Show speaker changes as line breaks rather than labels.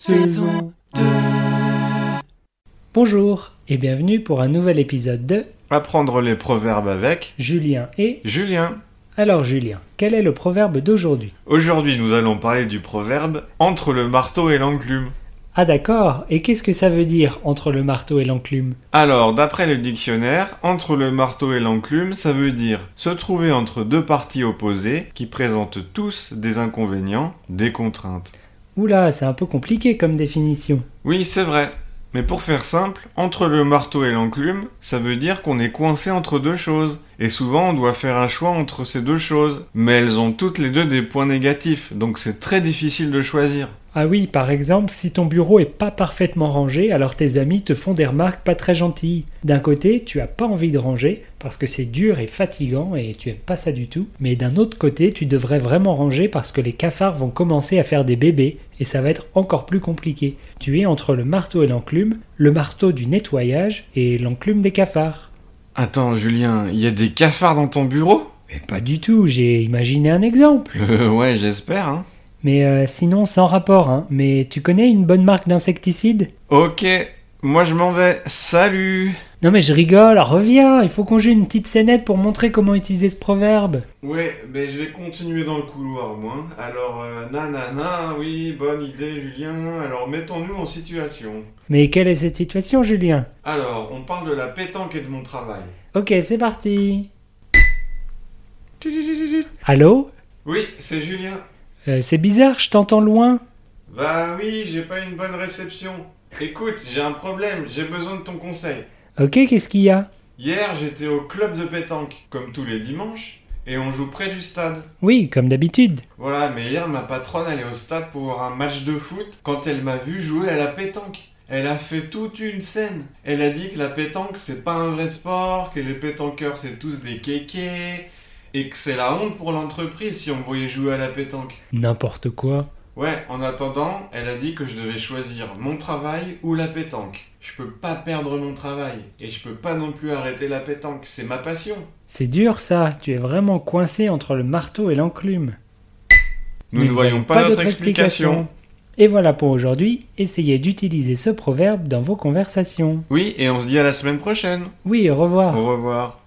saison 2.
Bonjour et bienvenue pour un nouvel épisode de
Apprendre les proverbes avec
Julien et...
Julien.
Alors Julien, quel est le proverbe d'aujourd'hui
Aujourd'hui, nous allons parler du proverbe entre le marteau et l'enclume.
Ah d'accord, et qu'est-ce que ça veut dire entre le marteau et l'enclume
Alors, d'après le dictionnaire, entre le marteau et l'enclume, ça veut dire se trouver entre deux parties opposées qui présentent tous des inconvénients, des contraintes.
Oula, c'est un peu compliqué comme définition.
Oui, c'est vrai. Mais pour faire simple, entre le marteau et l'enclume, ça veut dire qu'on est coincé entre deux choses. Et souvent, on doit faire un choix entre ces deux choses. Mais elles ont toutes les deux des points négatifs, donc c'est très difficile de choisir.
Ah oui, par exemple, si ton bureau est pas parfaitement rangé, alors tes amis te font des remarques pas très gentilles. D'un côté, tu as pas envie de ranger parce que c'est dur et fatigant et tu aimes pas ça du tout, mais d'un autre côté, tu devrais vraiment ranger parce que les cafards vont commencer à faire des bébés et ça va être encore plus compliqué. Tu es entre le marteau et l'enclume, le marteau du nettoyage et l'enclume des cafards.
Attends, Julien, il y a des cafards dans ton bureau
Mais pas du tout, j'ai imaginé un exemple.
Euh, Ouais, j'espère, hein.
Mais euh, sinon, sans rapport, hein. Mais tu connais une bonne marque d'insecticide
Ok, moi je m'en vais. Salut
Non mais je rigole, reviens, il faut qu'on joue une petite scénette pour montrer comment utiliser ce proverbe.
Ouais, ben je vais continuer dans le couloir, moi. Alors, euh, nanana, oui, bonne idée, Julien. Alors, mettons-nous en situation.
Mais quelle est cette situation, Julien
Alors, on parle de la pétanque et de mon travail.
Ok, c'est parti. Allô
Oui, c'est Julien.
Euh, C'est bizarre, je t'entends loin.
Bah oui, j'ai pas une bonne réception. Écoute, j'ai un problème, j'ai besoin de ton conseil.
Ok, qu'est-ce qu'il y a
Hier, j'étais au club de pétanque, comme tous les dimanches, et on joue près du stade.
Oui, comme d'habitude.
Voilà, mais hier, ma patronne, elle est au stade pour voir un match de foot quand elle m'a vu jouer à la pétanque. Elle a fait toute une scène. Elle a dit que la pétanque, c'est pas un vrai sport, que les pétanqueurs, c'est tous des kékés, et que c'est la honte pour l'entreprise si on me voyait jouer à la pétanque.
N'importe quoi.
Ouais, en attendant, elle a dit que je devais choisir mon travail ou la pétanque. Je peux pas perdre mon travail, et je peux pas non plus arrêter la pétanque, c'est ma passion.
C'est dur ça, tu es vraiment coincé entre le marteau et l'enclume.
Nous ne voyons pas
d'autre
notre explication.
Et voilà pour aujourd'hui, essayez d'utiliser ce proverbe dans vos conversations.
Oui, et on se dit à la semaine prochaine. Ah.
Oui, au revoir.
Au revoir.